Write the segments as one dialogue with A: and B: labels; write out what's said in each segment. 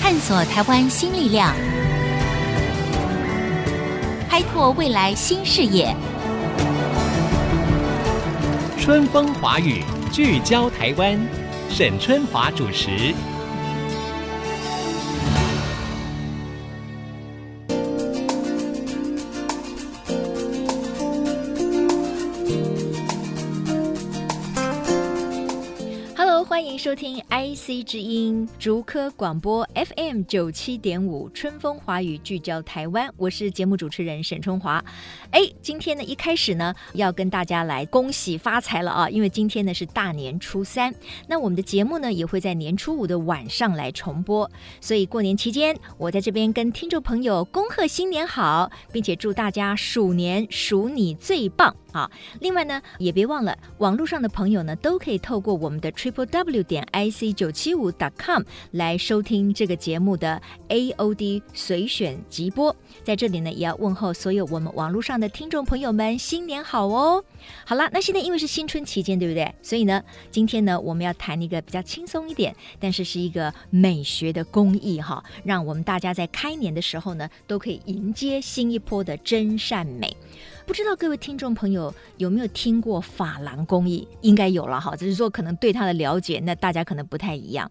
A: 探索台湾新力量，开拓未来新视野。
B: 春风华语聚焦台湾，沈春华主持。
C: Hello，欢迎收听 IC 之音竹科广播 FM 九七点五春风华语聚焦台湾，我是节目主持人沈春华。哎，今天呢一开始呢要跟大家来恭喜发财了啊，因为今天呢是大年初三，那我们的节目呢也会在年初五的晚上来重播，所以过年期间我在这边跟听众朋友恭贺新年好，并且祝大家鼠年鼠你最棒啊！另外呢，也别忘了网络上的朋友呢，都可以透过我们的 triple w 点 i c 九七五 dot com 来收听这个节目的 A O D 随选集播。在这里呢，也要问候所有我们网络上的听众朋友们，新年好哦！好啦，那现在因为是新春期间，对不对？所以呢，今天呢，我们要谈一个比较轻松一点，但是是一个美学的工艺哈，让我们大家在开年的时候呢，都可以迎接新一波的真善美。不知道各位听众朋友有没有听过珐琅工艺？应该有了哈，只是说可能对它的了解，那大家可能不太一样。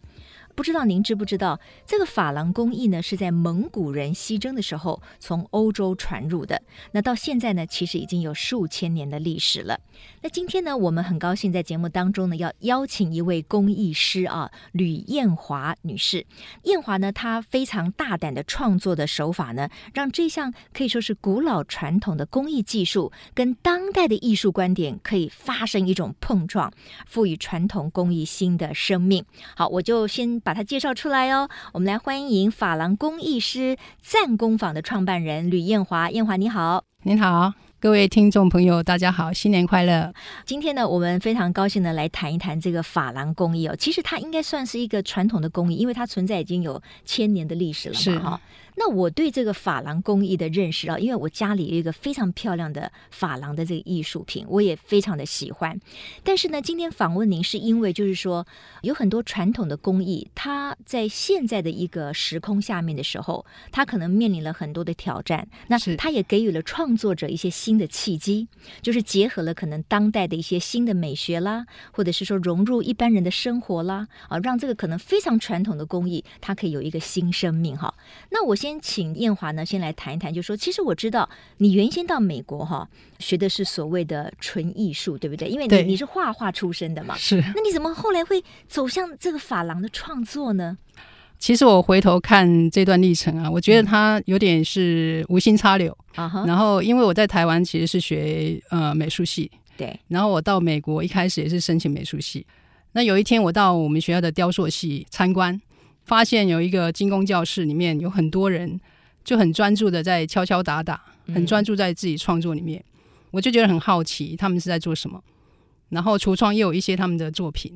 C: 不知道您知不知道，这个珐琅工艺呢是在蒙古人西征的时候从欧洲传入的。那到现在呢，其实已经有数千年的历史了。那今天呢，我们很高兴在节目当中呢，要邀请一位工艺师啊，吕艳华女士。艳华呢，她非常大胆的创作的手法呢，让这项可以说是古老传统的工艺技术跟当代的艺术观点可以发生一种碰撞，赋予传统工艺新的生命。好，我就先把它介绍出来哦。我们来欢迎珐琅工艺师赞工坊的创办人吕艳华。艳华你好，
D: 您好，各位听众朋友，大家好，新年快乐！
C: 今天呢，我们非常高兴的来谈一谈这个珐琅工艺哦。其实它应该算是一个传统的工艺，因为它存在已经有千年的历史了
D: 是
C: 嘛，哈。那我对这个珐琅工艺的认识啊，因为我家里有一个非常漂亮的珐琅的这个艺术品，我也非常的喜欢。但是呢，今天访问您是因为就是说，有很多传统的工艺，它在现在的一个时空下面的时候，它可能面临了很多的挑战。那
D: 是
C: 它也给予了创作者一些新的契机，就是结合了可能当代的一些新的美学啦，或者是说融入一般人的生活啦，啊，让这个可能非常传统的工艺，它可以有一个新生命哈。那我先请艳华呢，先来谈一谈，就说其实我知道你原先到美国哈，学的是所谓的纯艺术，对不对？因为你
D: 对
C: 你是画画出身的嘛，
D: 是，
C: 那你怎么后来会走向这个珐琅的创作呢？
D: 其实我回头看这段历程啊，我觉得它有点是无心插柳。
C: 啊哈，
D: 然后，因为我在台湾其实是学呃美术系，
C: 对，
D: 然后我到美国一开始也是申请美术系。那有一天我到我们学校的雕塑系参观，发现有一个精工教室，里面有很多人就很专注的在敲敲打打，
C: 嗯
D: 很专注在自己创作里面。我就觉得很好奇，他们是在做什么。然后橱窗也有一些他们的作品，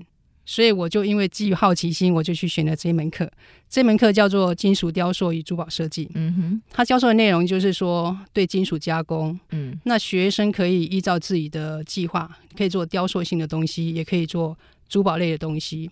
D: 所以我就因为基于好奇心，我就去选了这一门课。这门课叫做《金属雕塑与珠宝设计》，
C: 嗯哼，
D: 它教授的内容就是说对金属加工，
C: 嗯
D: 那学生可以依照自己的计划，可以做雕塑性的东西，也可以做珠宝类的东西。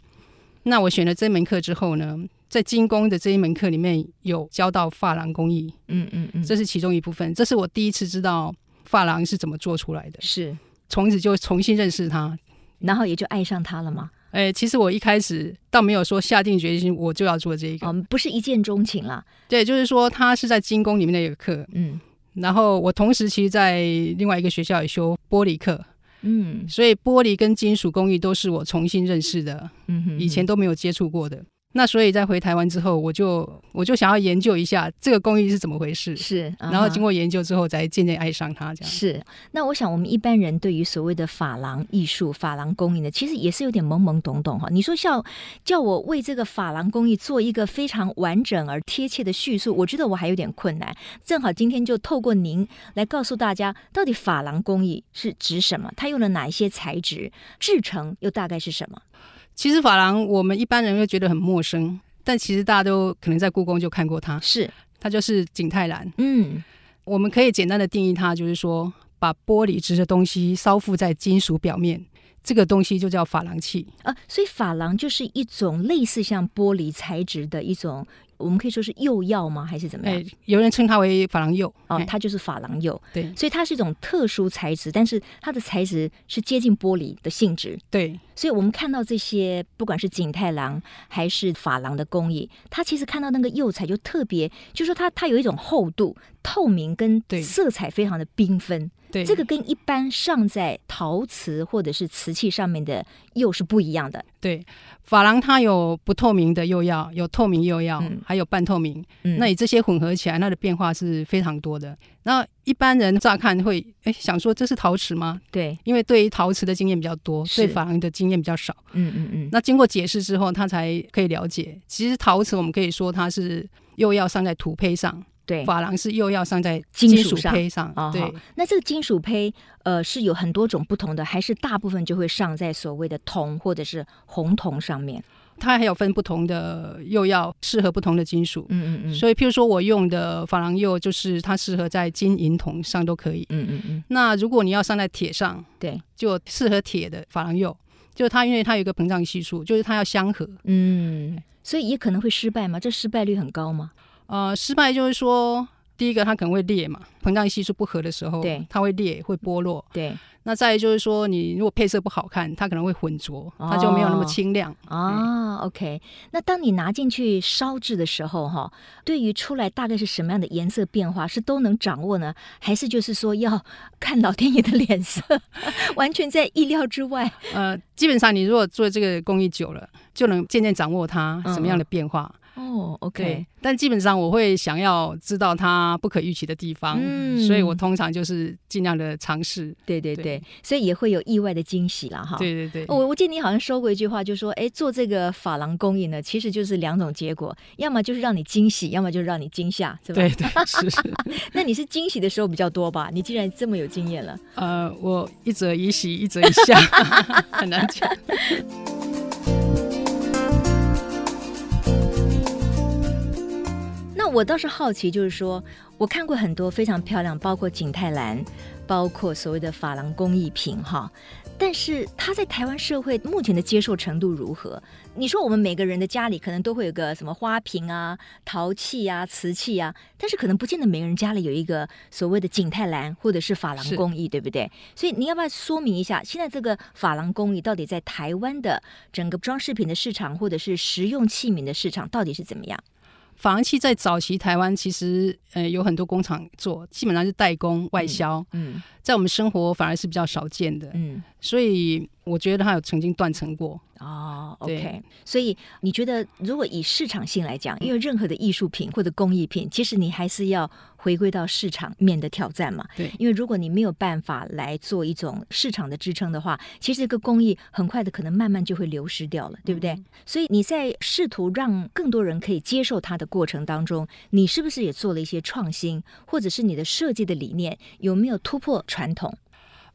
D: 那我选了这门课之后呢，在精工的这一门课里面有教到珐琅工艺，
C: 嗯嗯嗯，
D: 这是其中一部分。这是我第一次知道珐琅是怎么做出来的，
C: 是，
D: 从此就重新认识它。
C: 然后也就爱上它了嘛，
D: 哎，其实我一开始倒没有说下定决心我就要做这一个，
C: 哦，不是一见钟情啦，
D: 对，就是说它是在精工里面的一个课，
C: 嗯
D: 然后我同时其实在另外一个学校也修玻璃课，
C: 嗯
D: 所以玻璃跟金属工艺都是我重新认识的，
C: 嗯哼，
D: 以前都没有接触过的。那所以在回台湾之后，我就我就想要研究一下这个工艺是怎么回事，
C: 是，啊
D: 然后经
C: 过。
D: 过研究之后，才渐渐爱上它。这样
C: 是，那我想我们一般人对于所谓的珐琅艺术、珐琅工艺呢，其实也是有点懵懵懂懂哈。你说叫叫我为这个珐琅工艺做一个非常完整而贴切的叙述，我觉得我还有点困难。正好今天就透过您来告诉大家，到底珐琅工艺是指什么，它用了哪一些材质，制成又大概是什么？
D: 其实珐琅我们一般人会觉得很陌生，但其实大家都可能在故宫就看过它，
C: 是，
D: 它就是景泰蓝。
C: 嗯
D: 我们可以简单的定义它，就是说把玻璃质的东西烧附在金属表面，这个东西就
C: 呃
D: 叫珐琅器。
C: 啊，所以珐琅就是一种类似像玻璃材质的一种我们可以说是釉药吗？还是怎么样？
D: 哎，有人称它为珐琅釉
C: 哦
D: 哎，
C: 它就是珐琅釉，
D: 对
C: 所以它是一种特殊材质，但是它的材质是接近玻璃的性质。
D: 对
C: 所以我们看到这些，不管是景太郎还是珐琅的工艺，它其实看到那个釉彩就特别，就说它它有一种厚度、透明跟
D: 对
C: 色彩非常的缤纷。
D: 对，
C: 这个跟一般上在陶瓷或者是瓷器上面的釉是不一样的。
D: 对珐琅它有不透明的釉药，有透明釉药，
C: 嗯
D: 还有半透明。
C: 嗯，
D: 那你这些混合起来，它的变化是非常多的。那一般人乍看会哎想说这是陶瓷吗？
C: 对，
D: 因为对于陶瓷的经验比较多，
C: 是
D: 对珐琅的经验比较少。
C: 嗯嗯嗯，
D: 那经过解释之后，他才可以了解，其实陶瓷我们可以说它是釉药上在土坯上，
C: 对。
D: 珐琅是釉药上在
C: 金属
D: 属
C: 上
D: 坯上。
C: 哦，
D: 对
C: 好，那这个金属胚，呃，是有很多种不同的，还是大部分就会上在所谓的铜或者是红铜上面？
D: 它还有分不同的釉药，适合不同的金属。
C: 嗯嗯嗯，
D: 所以，譬如说我用的珐琅釉，就是它适合在金银铜上都可以。
C: 嗯嗯嗯，
D: 那如果你要上在铁上，
C: 对，
D: 就适合铁的珐琅釉，就它因为它有一个膨胀系数，就是它要相合。
C: 嗯，所以也可能会失败吗？这失败率很高吗？
D: 呃，失败就是说，第一个它可能会裂嘛，膨胀系数不合的时候，
C: 对
D: 它会裂会剥落。
C: 对
D: 那再来就是说，你如果配色不好看，它可能会混浊，
C: 哦
D: 它就没有那么清亮。
C: 啊、o k 那当你拿进去烧制的时候，哈，对于出来大概是什么样的颜色变化是都能掌握呢？还是就是说要看老天爷的脸色， 完全在意料之外？
D: 呃，基本上你如果做这个工艺久了，就能渐渐掌握它
C: 嗯
D: 什么样的变化。
C: 哦，OK、o
D: 对
C: k，
D: 但基本上我会想要知道它不可预期的地方，
C: 嗯
D: 所以我通常就是尽量的尝试。
C: 对对对，
D: 对
C: 所以也会有意外的惊喜啦，哈。
D: 对对对，
C: 哦我我记得你好像说过一句话，就说，哎，做这个珐琅工艺呢，其实就是两种结果，要么就是让你惊喜，要么就是让你惊吓，是吧？
D: 对对是是。
C: 那你是惊喜的时候比较多吧？你既然这么有经验了，
D: 呃，我一则以喜，一则以笑， 很难讲。
C: 那我倒是好奇，就是说我看过很多非常漂亮，包括景泰蓝，包括所谓的珐琅工艺品哈，但是它在台湾社会目前的接受程度如何？你说我们每个人的家里可能都会有个什么花瓶啊、陶器啊、瓷器啊，但是可能不见得每个人家里有一个所谓的景泰蓝或者是珐琅
D: 是
C: 工艺，对不对？所以你要不要说明一下，现在这个珐琅工艺到底在台湾的整个装饰品的市场或者是实用器皿的市场到底是怎么样？
D: 珐琅器在早期台湾其实呃有很多工厂做，基本上是代工外销，
C: 嗯
D: 在我们生活反而是比较少见的，
C: 嗯。
D: 所以我觉得它有曾经断层过。
C: 哦
D: 对
C: ，OK，所以你觉得，如果以市场性来讲，因为任何的艺术品或者工艺品，其实你还是要回归到市场面的挑战嘛。
D: 对
C: 因为如果你没有办法来做一种市场的支撑的话，其实这个工艺很快的可能慢慢就会流失掉了，对不对？
D: 嗯
C: 所以你在试图让更多人可以接受它的过程当中，你是不是也做了一些创新，或者是你的设计的理念有没有突破传统？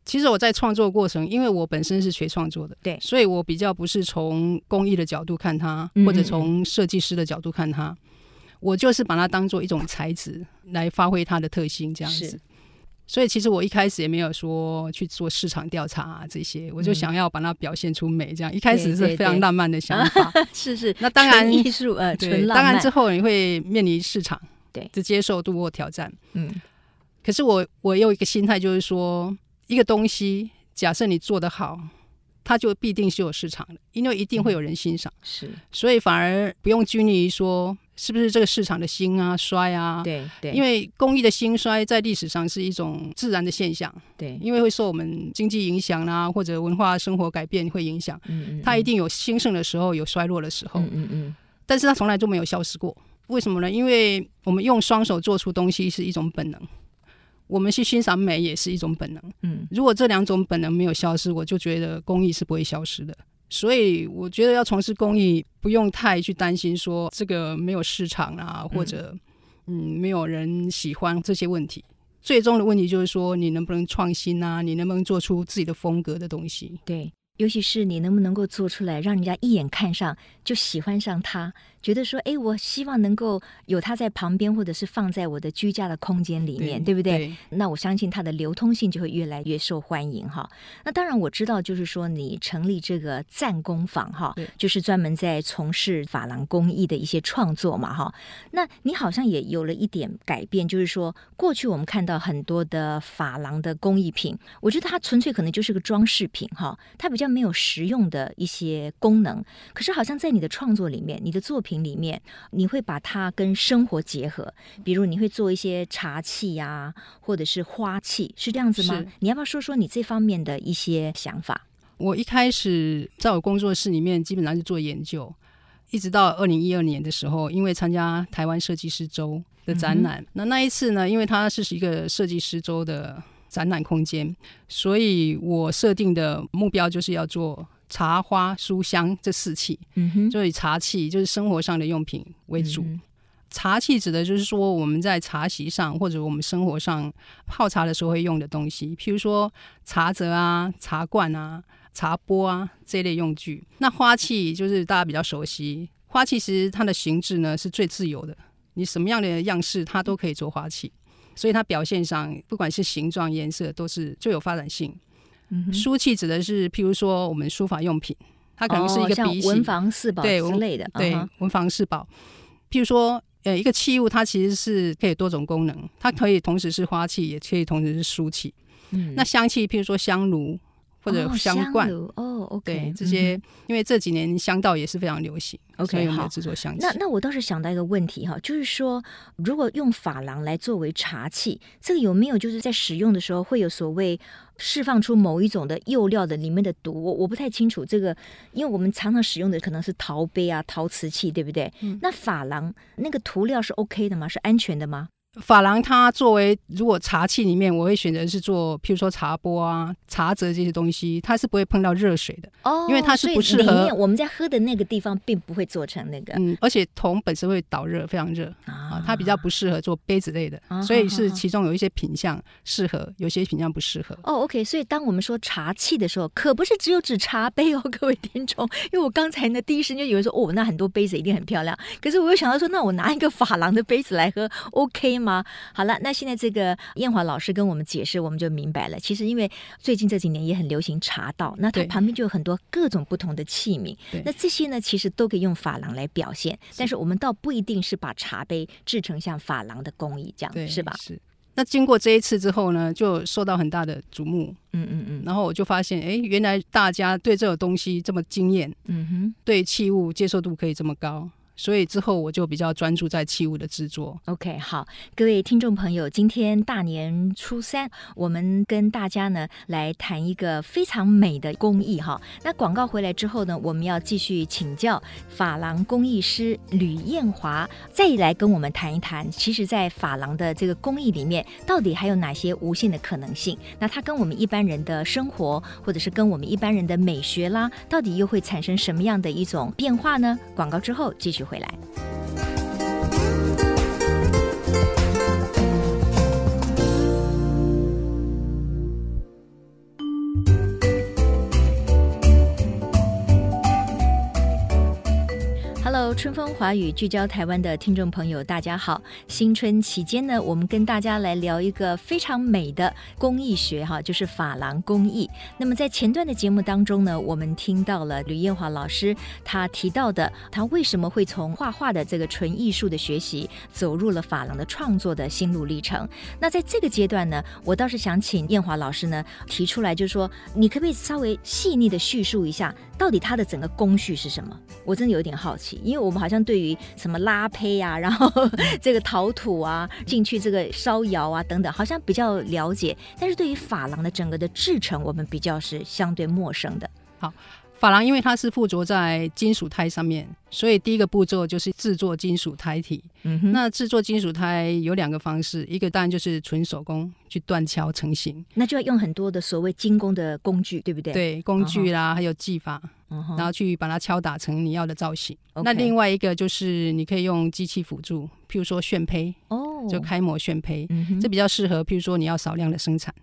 D: 其实我在创作过程，因为我本身是学创作的，
C: 对
D: 所以我比较不是从工艺的角度看它，
C: 嗯
D: 或者从设计师的角度看它，我就是把它当做一种材质来发挥它的特性，这样
C: 是
D: 子。所以其实我一开始也没有说去做市场调查、啊、这些，我就想要把它表现出美，这样、一开始是
C: 嗯对对
D: 非常浪漫的想 法。
C: 是是，
D: 那当然
C: 纯艺术呃，
D: 对，
C: 纯浪
D: 当
C: 漫，
D: 然之后你会面临市场
C: 对
D: 的接受度或挑战。
C: 嗯。
D: 可是我我有一个心态，就是说，一个东西，假设你做得好，它就必定是有市场的，因为一定会有人欣赏，
C: 是
D: 所以反而不用拘泥于说是不是这个市场的兴啊衰啊。
C: 对对，
D: 因
C: 为
D: 为工艺的兴衰在历史上是一种自然的现象，
C: 对，
D: 因为会受我们经济影响啦、或者文化生活改变会影响。
C: 嗯嗯，
D: 它
C: 嗯
D: 一定有兴盛的时候，有衰落的时候，
C: 嗯嗯嗯，
D: 但是它从来就没有消失过。为什么呢？因为我们用双手做出东西是一种本能，我们去欣赏美也是一种本能。
C: 嗯，
D: 如果这两种本能没有消失，我就觉得工艺是不会消失的。所以我觉得要从事工艺，不用太去担心说这个没有市场啊，或者嗯没有人喜欢这些问题。最终的问题就是说，你能不能创新啊？你能不能做出自己的风格的东西？
C: 对。尤其是你能不能够做出来，让人家一眼看上就喜欢上它，觉得说，哎，我希望能够有它在旁边，或者是放在我的居家的空间里面，对不对？那我相信它的流通性就会越来越受欢迎哈。那当然我知道，就是说你成立这个赞工坊哈
D: 对，
C: 就是专门在从事珐琅工艺的一些创作嘛哈。那你好像也有了一点改变，就是说过去我们看到很多的珐琅的工艺品，我觉得它纯粹可能就是个装饰品哈，它比较没有实用的一些功能。可是好像在你的创作里面，你的作品里面，你会把它跟生活结合，比如你会做一些茶器呀、或者是花器，是这样子吗
D: 是？
C: 你要不要说说你这方面的一些想法？
D: 我一开始在我工作室里面基本上是做研究，一直到二零一二年的时候，因为参加台湾设计师周的展览，
C: 嗯
D: 那那一次呢，因为它是一个设计师周的展览空间，所以我设定的目标就是要做茶花书香这四器，
C: 嗯哼嗯
D: 所以茶器就是生活上的用品为主。茶器指的就是说我们在茶席上或者我们生活上泡茶的时候会用的东西，譬如说茶则啊、茶罐啊、茶钵啊这类用具。那花器就是大家比较熟悉，花器其实它的形制呢是最自由的，你什么样的样式它都可以做花器，所以它表现上不管是形状、颜色都是最有发展性。
C: 嗯哼
D: 书器指的是譬如说我们书法用品，它可能是一
C: 哦
D: 个
C: 像
D: 笔洗、
C: 文房四宝
D: 对
C: 之
D: 文
C: 类的，
D: 对
C: 嗯哼，
D: 文房四宝。譬如说，呃，一个器物它其实是可以多种功能，它可以同时是花器，也可以同时是书器。
C: 嗯
D: 那香气，譬如说香炉或者
C: 哦
D: 香罐，
C: 炉哦，OK，
D: 对
C: 嗯
D: 这些，
C: 哼
D: 因为这几年香道也是非常流行
C: OK，
D: 所以我们
C: 好
D: 有制作香气
C: 那。那我倒是想到一个问题哈，就是说，如果用珐琅来作为茶器，这个有没有就是在使用的时候会有所谓释放出某一种的釉料的里面的毒？我我不太清楚这个，因为我们常常使用的可能是陶杯啊、陶瓷器，对不对？那珐琅那个涂料是 OK 的吗？是安全的吗？
D: 珐琅它作为如果茶器里面，我会选择是做譬如说茶钵啊、茶则这些东西，它是不会碰到热水的。
C: 哦
D: 因为它是不适合
C: 所以里面我们在喝的那个地方并不会做成那个、
D: 嗯，而且铜本身会导热，非常热。啊
C: 啊，
D: 它比较不适合做杯子类的，
C: 啊
D: 所以
C: 好
D: 是
C: 好
D: 其中有一些品相适合，有些品相不适合。
C: 哦、o k 所以当我们说茶器的时候，可不是只有指茶杯哦， 各位听众。因为我刚才呢，第一时间就以为说，哦，那很多杯子一定很漂亮。可是我又想到说，那我拿一个珐琅的杯子来喝，OK 吗？好了，那现在这个燕华老师跟我们解释，我们就明白了。其实因为最近这几年也很流行茶道，那它
D: 对
C: 旁边就有很多各种不同的器皿
D: 对。
C: 那这些呢，其实都可以用珐琅来表现，但是我们倒不一定是把茶杯制成像珐琅的工艺这
D: 对，
C: 样，是吧？
D: 是。那经过这一次之后呢，就受到很大的瞩目，
C: 嗯嗯嗯
D: 然后我就发现，哎，原来大家对这种东西这么惊艳，
C: 嗯哼
D: 对器物接受度可以这么高，所以之后我就比较专注在器物的制作。
C: OK，好，各位听众朋友，今天大年初三，我们跟大家呢来谈一个非常美的工艺哈。那广告回来之后呢，我们要继续请教珐琅工艺师吕艳华，再来跟我们谈一谈，其实，在珐琅的这个工艺里面，到底还有哪些无限的可能性？那它跟我们一般人的生活，或者是跟我们一般人的美学啦，到底又会产生什么样的一种变化呢？广告之后继续回来。Hello，春风华语聚焦台湾的听众朋友，大家好。新春期间呢，我们跟大家来聊一个非常美的工艺学哈，就是珐琅工艺。那么在前段的节目当中呢，我们听到了吕艳华老师他提到的，他为什么会从画画的这个纯艺术的学习，走入了珐琅的创作的心路历程。那在这个阶段呢，我倒是想请艳华老师呢提出来，就是说，你可不可以稍微细腻的叙述一下，到底它的整个工序是什么？我真的有点好奇，因为我们好像对于什么拉胚啊， 然后这个陶土啊，进去这个烧窑啊等等，好像比较了解，但是对于珐琅的整个的制成，我们比较是相对陌生的。
D: 珐琅因为它是附着在金属胎上面，所以第一个步骤就是制作金属胎体。
C: 嗯哼，那
D: 那制作金属胎有两个方式，一个当然就是纯手工去锻敲成型，
C: 那就要用很多的所谓精工的工具，对不对？，
D: 对工具啦，还有技法。
C: 嗯
D: 然
C: 哼，
D: 后去把它敲打成你要的造型。
C: OK
D: 那另外一个就是你可以用机器辅助，譬如说旋胚，
C: 哦，
D: 就，开模旋胚，
C: 嗯哼，
D: 这比较适合，譬如说你要少量的生产。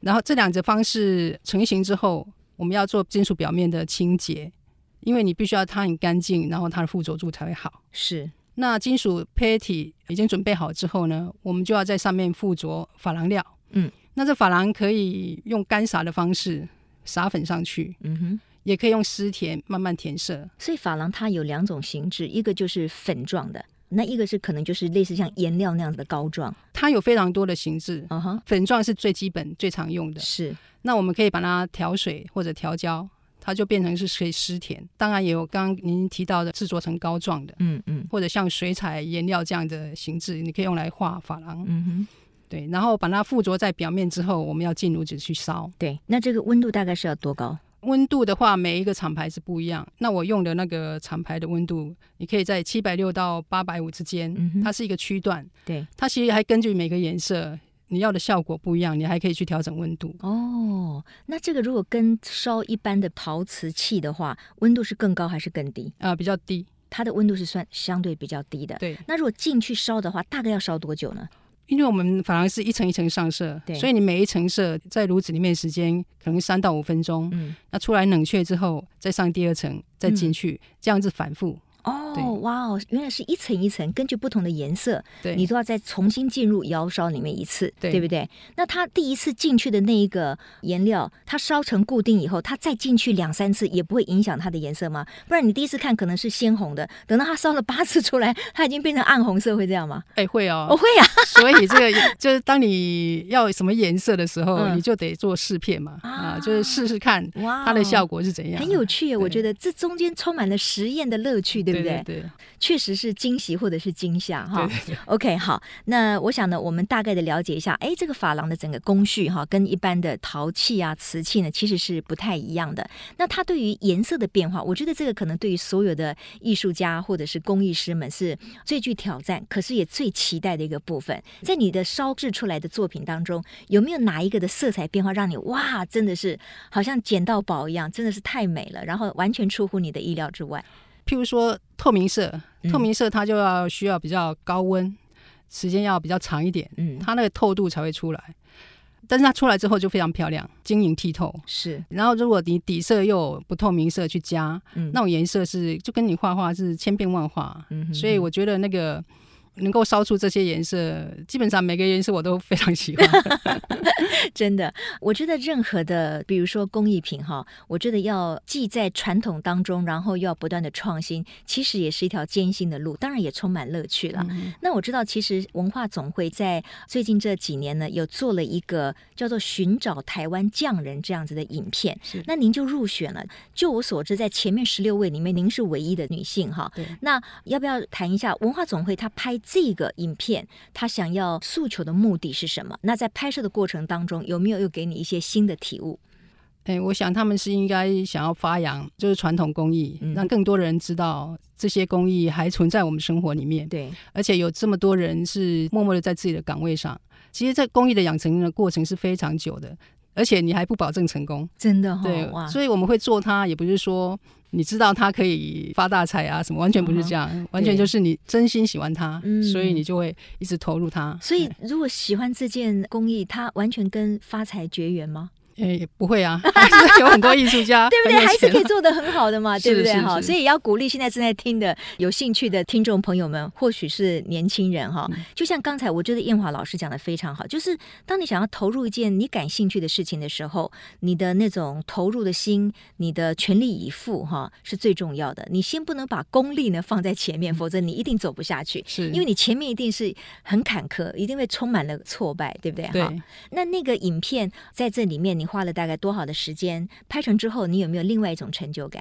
D: 然后这两种方式成型之后，我们要做金属表面的清洁，因为你必须要它很干净，然后它的附着度才会好。
C: 是
D: 那金属胚体已经准备好之后呢，我们就要在上面附着珐琅料。
C: 嗯，
D: 那这珐琅可以用干撒的方式撒粉上去，
C: 嗯哼。
D: 也可以用湿填慢慢填色。
C: 所以珐琅它有两种形制，一个就是粉状的，那一个是可能就是类似像颜料那样子的膏状。
D: 它有非常多的形制，
C: 啊哈，
D: 粉状是最基本最常用的。
C: 是
D: 那我们可以把它调水或者调胶，它就变成是可以湿填。当然也有刚刚您提到的制作成膏状的，
C: 嗯嗯
D: 或者像水彩、颜料这样的形制，你可以用来画珐琅。
C: 嗯哼，
D: 对，然后把它附着在表面之后，我们要进炉子去烧。
C: 对。那这个温度大概是要多高？
D: 温度的话，每一个厂牌是不一样。那我用的那个厂牌的温度，你可以在七百六到八百五之间，
C: 嗯哼
D: 它是一个区段。
C: 对，
D: 它其实还根据每个颜色你要的效果不一样，你还可以去调整温度。
C: 哦，那这个如果跟烧一般的陶瓷器的话，温度是更高还是更低？
D: 啊、比较低。
C: 它的温度是算相对比较低的。
D: 对，
C: 那如果进去烧的话，大概要烧多久呢？
D: 因为我们反而是一层一层上色
C: 对，
D: 所以你每一层色在炉子里面时间可能三到五分钟，
C: 嗯，
D: 那出来冷却之后再上第二层，再进去，这样子反复。对
C: 哦，哇哦，原来是一层一层，根据不同的颜色，
D: 对，
C: 你都要再重新进入窑烧里面一次，
D: 对
C: 不对？那它第一次进去的那一个颜料，它烧成固定以后，它再进去两三次也不会影响它的颜色吗？不然你第一次看可能是鲜红的，等到它烧了八次出来，它已经变成暗红色，会这样吗？
D: 哎、会
C: 我、
D: 哦。
C: 会啊，
D: 所以这个就是当你要什么颜色的时候，
C: 嗯
D: 你就得做试片嘛，
C: 啊
D: 啊，就是试试看
C: 哇哦
D: 它的效果是怎样。
C: 很有趣耶，我
D: 对
C: 觉得这中间充满了实验的乐趣，对不
D: 对对
C: 确实是惊喜或者是惊吓哈
D: 对。
C: OK，好，那我想呢，我们大概的了解一下，哎，这个珐琅的整个工序哈，跟一般的陶器啊、瓷器呢，其实是不太一样的。那它对于颜色的变化，我觉得这个可能对于所有的艺术家或者是工艺师们是最具挑战，可是也最期待的一个部分。在你的烧制出来的作品当中，有没有哪一个的色彩变化让你哇，真的是好像捡到宝一样，真的是太美了，然后完全出乎你的意料之外？
D: 譬如说透明色，
C: 嗯
D: 透明色它就要需要比较高温，时间要比较长一点，
C: 嗯，
D: 它那个透度才会出来。但是它出来之后就非常漂亮，晶莹剔透。
C: 是，
D: 然后如果你底色又有不透明色去加，
C: 嗯
D: 那种颜色是就跟你画画是千变万化。
C: 嗯哼
D: 所以我觉得那个能够烧出这些颜色，基本上每个颜色我都非常喜欢。
C: 真的，我觉得任何的，比如说工艺品哈，我觉得要既在传统当中，然后又要不断的创新，其实也是一条艰辛的路，当然也充满乐趣了。那我知道，其实文化总会在最近这几年呢，有做了一个叫做“寻找台湾匠人”这样子的影片。
D: 是
C: 那您就入选了。就我所知，在前面十六位里面，您是唯一的女性哈。
D: 对
C: 那要不要谈一下文化总会他拍这个影片，他想要诉求的目的是什么？那在拍摄的过程当中，有没有又给你一些新的体悟？
D: 哎，我想他们是应该想要发扬就是传统工艺，
C: 嗯
D: 让更多人知道这些工艺还存在我们生活里面。
C: 对，
D: 而且有这么多人是默默的在自己的岗位上。其实，在工艺的养成的过程是非常久的，而且你还不保证成功。
C: 真的哈、
D: 对，
C: 哦哇，
D: 所以我们会做它，也不是说你知道它可以发大财啊什么，完全不是这样，完全就是你真心喜欢它
C: 嗯，
D: 所以你就会一直投入它。
C: 所以
D: 哎，
C: 如果喜欢这件工艺，它完全跟发财绝缘吗？
D: 哎也不 会啊，还是有很多艺术 家，
C: 对不对？
D: 很有
C: 还是
D: 钱啊
C: 可以做得很好的 嘛，对不对？
D: 是是
C: 哈，
D: 是
C: 所以也要鼓励现在正在听的有兴趣的听众朋友们，或许是年轻人哈。
D: 嗯
C: 就像刚才我觉得燕华老师讲的非常好，就是当你想要投入一件你感兴趣的事情的时候，你的那种投入的心，你的全力以赴哈，是最重要的。你先不能把功利呢放在前
D: 嗯
C: 面，否则你一定走不下去。
D: 是
C: 因为你前面一定是很坎坷，一定会充满了挫败，对不对？哈
D: 对。
C: 那那个影片在这里面，你花了大概多少的时间？拍成之后，你有没有另外一种成就感？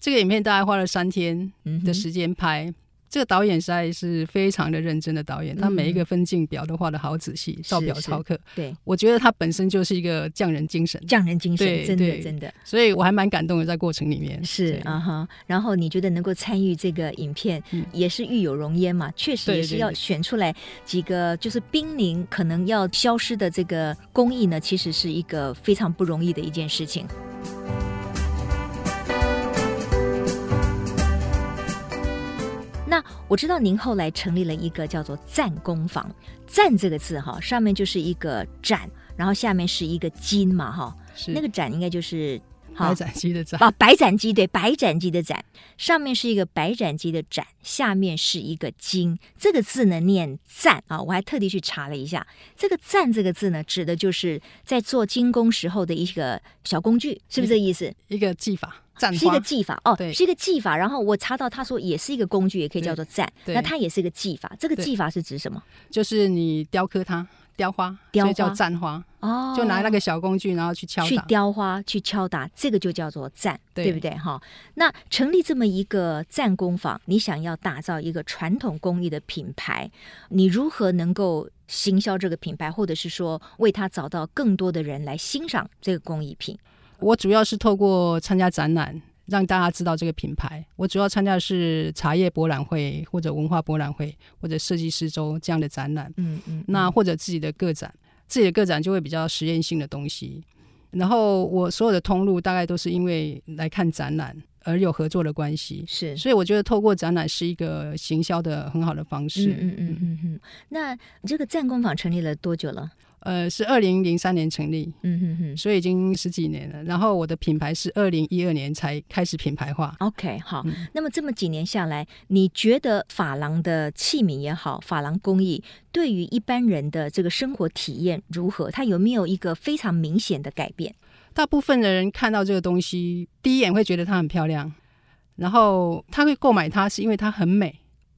D: 这个影片大概花了三天
C: 嗯哼
D: 的时间拍。这个导演实在是非常的认真的导演，他每一个分镜表都画的好仔细，照表
C: 嗯是
D: 操课。
C: 对，
D: 我觉得他本身就是一个匠人精神，
C: 匠人精神，
D: 对
C: 真的
D: 对
C: 真的
D: 所以我还蛮感动的，在过程里面
C: 是
D: 对
C: 啊哈。然后你觉得能够参与这个影片，
D: 嗯
C: 也是玉有容焉嘛？确实
D: 对
C: 也是
D: 对
C: 要
D: 对
C: 选出来几个就是濒临可能要消失的这个工艺呢，其实是一个非常不容易的一件事情。那我知道您后来成立了一个叫做“赞工坊”，“赞”这个字哈，上面就是一个“展”，然后下面是一个“金”嘛哈，
D: 是
C: 那个展应该就是好
D: 白斩鸡的斩，
C: 啊，白斩鸡对，白斩鸡的斩，上面是一个白斩鸡的斩，下面是一个金，这个字呢念赞啊，我还特地去查了一下，这个赞这个字呢，指的就是在做精工时候的一个小工具，是不是这意思？
D: 一个技法，斩
C: 是一
D: 嗯花
C: 个。技法哦，
D: 对
C: 是一个技法。然后我查到他说也是一个工具，也可以
D: 对
C: 叫做赞，
D: 对
C: 那它也是一个技法。这个
D: 对
C: 技法是指什么？
D: 就是你雕刻它，雕花，
C: 雕
D: 所以叫
C: 花
D: 簪花，
C: 哦，
D: 就拿那个小工具，然后去敲
C: 去
D: 打。
C: 雕花、去敲打，这个就叫做赞，
D: 对
C: 不对？哈，那成立这么一个赞工坊，你想要打造一个传统工艺的品牌，你如何能够行销这个品牌，或者是说为它找到更多的人来欣赏这个工艺品？
D: 我主要是透过参加展览，让大家知道这个品牌。我主要参加的是茶叶博览会或者文化博览会或者设计师周这样的展览，
C: 嗯嗯，
D: 那或者自己的个展，自己的个展就会比较实验性的东西。然后我所有的通路大概都是因为来看展览而有合作的关系，
C: 是
D: 所以我觉得透过展览是一个行销的很好的方式。
C: 嗯嗯嗯嗯嗯。那你这个赞工坊成立了多久了？
D: 呃，是二零零三年成立，
C: 嗯嗯嗯。
D: 所以已经十几年了。然后我的品牌是二零一二年才开始品牌化。
C: OK，好。
D: 嗯
C: 那么这么几年下来，你觉得珐琅的器皿也好，珐琅工艺对于一般人的这个生活体验如何？它有没有一个非常明显的改变？
D: 大部分的人看到这个东西，第一眼会觉得它很漂亮，然后他会购买它是因为它很美，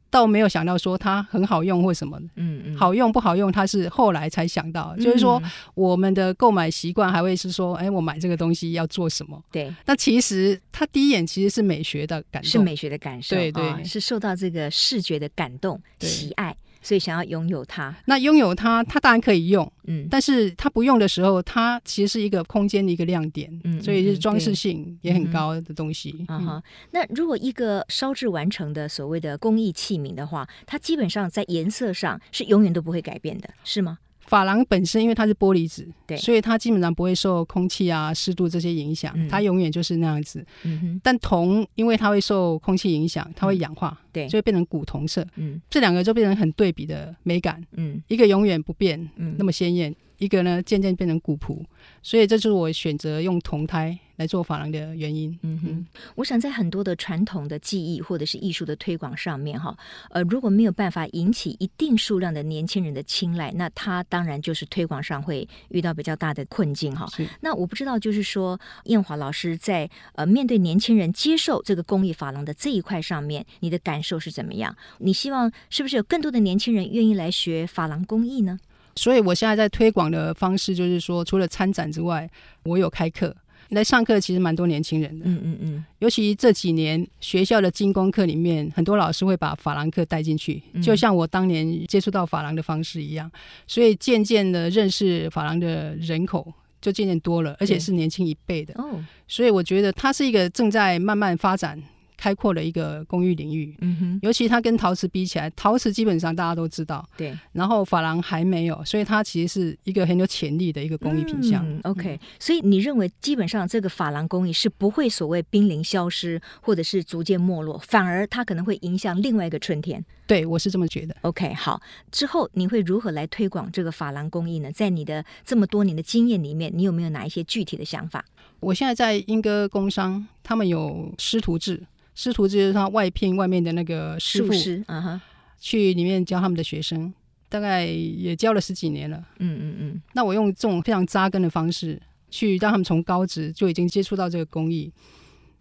D: 倒没有想到说它很好用或什么的。
C: 嗯嗯
D: 好用不好用，他是后来才想到，就是说
C: 嗯
D: 我们的购买习惯还会是说，哎，我买这个东西要做什么？
C: 对，
D: 那其实它第一眼其实是美学的感动，
C: 是美学的感受，
D: 对对
C: 啊是受到这个视觉的感动、
D: 对
C: 喜爱，所以想要拥有它。
D: 那拥有它，它当然可以用，
C: 嗯，
D: 但是它不用的时候，它其实是一个空间的一个亮点，
C: 嗯
D: 所以是装饰性也很高的东西。
C: 啊
D: 嗯
C: 哈，那如果一个烧制完成的所谓的工艺器皿的话，它基本上在颜色上是永远都不会改变的，是吗？
D: 珐琅本身因为它是玻璃质，
C: 对
D: 所以它基本上不会受空气啊、湿度这些影响，
C: 嗯
D: 它永远就是那样子。
C: 嗯哼，
D: 但铜因为它会受空气影响，它会氧化，
C: 嗯对
D: 就会变成古铜色。
C: 嗯
D: 这两个就变成很对比的美感，
C: 嗯
D: 一个永远不变，
C: 嗯
D: 那么鲜艳；一个呢，渐渐变成古朴。所以这就是我选择用铜胎来做珐琅的原因。
C: 嗯哼，我想在很多的传统的技艺或者是艺术的推广上面，哈，呃，如果没有办法引起一定数量的年轻人的青睐，那他当然就是推广上会遇到比较大的困境，哈。
D: 是
C: 那我不知道，就是说，燕华老师在呃面对年轻人接受这个工艺珐琅的这一块上面，你的感受是怎么样？你希望是不是有更多的年轻人愿意来学珐琅工艺呢？
D: 所以我现在在推广的方式就是说，除了参展之外，我有开课。来上课其实蛮多年轻人的，
C: 嗯嗯嗯，
D: 尤其这几年学校的精工课里面，很多老师会把珐琅课带进去，
C: 嗯
D: 就像我当年接触到珐琅的方式一样，所以渐渐的认识珐琅的人口就渐渐多了，而且是年轻一辈的，
C: 哦，
D: 所以我觉得它是一个正在慢慢发展、开阔的一个工艺领域。
C: 嗯哼，
D: 尤其它跟陶瓷比起来，陶瓷基本上大家都知道，
C: 对。
D: 然后珐琅还没有，所以它其实是一个很有潜力的一个工艺品项。
C: 嗯 OK，所以你认为基本上这个珐琅工艺是不会所谓濒临消失，或者是逐渐没落，反而它可能会影响另外一个春天。
D: 对我是这么觉得。
C: OK，好，之后你会如何来推广这个珐琅工艺呢？在你的这么多年的经验里面，你有没有哪一些具体的想法？
D: 我现在在英歌工商，他们有师徒制，师徒制就是他外聘外面的那个师
C: 术
D: 傅
C: 师，啊哈，
D: 去里面教他们的学生，大概也教了十几年了。
C: 嗯嗯嗯，
D: 那我用这种非常扎根的方式，去让他们从高职就已经接触到这个工艺。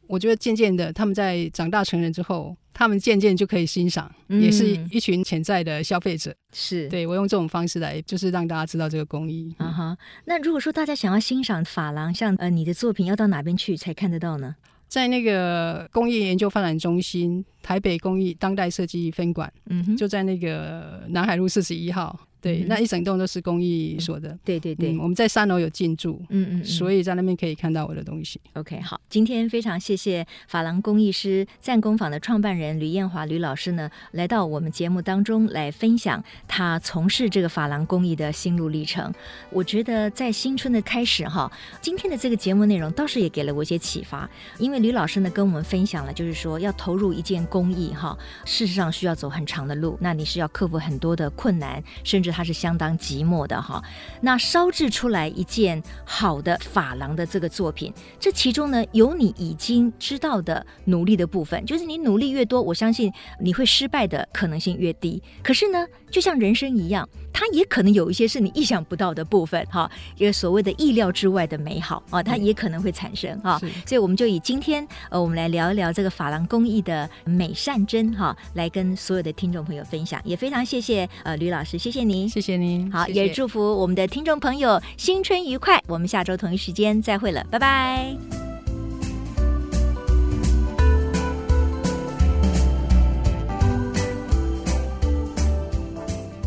D: 我觉得渐渐的，他们在长大成人之后，他们渐渐就可以欣赏，
C: 嗯
D: 也是一群潜在的消费者。
C: 是。
D: 对我用这种方式来，就是让大家知道这个工艺。
C: 啊哈，那如果说大家想要欣赏珐琅，像呃你的作品，要到哪边去才看得到呢？
D: 在那个工业研究发展中心台北工艺当代设计分馆，
C: 嗯哼，
D: 就在那个南海路四十一号。对，
C: 嗯
D: 那一整栋都是工艺所的。
C: 对对对，
D: 嗯
C: 嗯
D: 我们在三楼有进驻，
C: 嗯嗯，
D: 所以在那边可以看到我的东西。
C: OK，好，今天非常谢谢珐琅工艺师赞工坊的创办人吕艳华吕老师呢，来到我们节目当中来分享他从事这个珐琅工艺的心路历程。我觉得在新春的开始哈，今天的这个节目内容倒是也给了我一些启发，因为吕老师呢跟我们分享了，就是说要投入一件工艺哈，事实上需要走很长的路，那你是要克服很多的困难，甚至至它是相当寂寞的哈。那烧制出来一件好的珐琅的这个作品，这其中呢有你已经知道的努力的部分，就是你努力越多，我相信你会失败的可能性越低。可是呢，就像人生一样，它也可能有一些是你意想不到的部分哈，一个所谓的意料之外的美好啊，它也可能会产生哈。
D: 是
C: 所以我们就以今天呃，我们来聊一聊这个珐琅工艺的美善针哈，来跟所有的听众朋友分享。也非常谢谢呃吕老师，谢谢您。
D: 谢谢您，
C: 好，
D: 谢谢
C: 也祝福我们的听众朋友新春愉快。我们下周同一时间再会了，拜拜。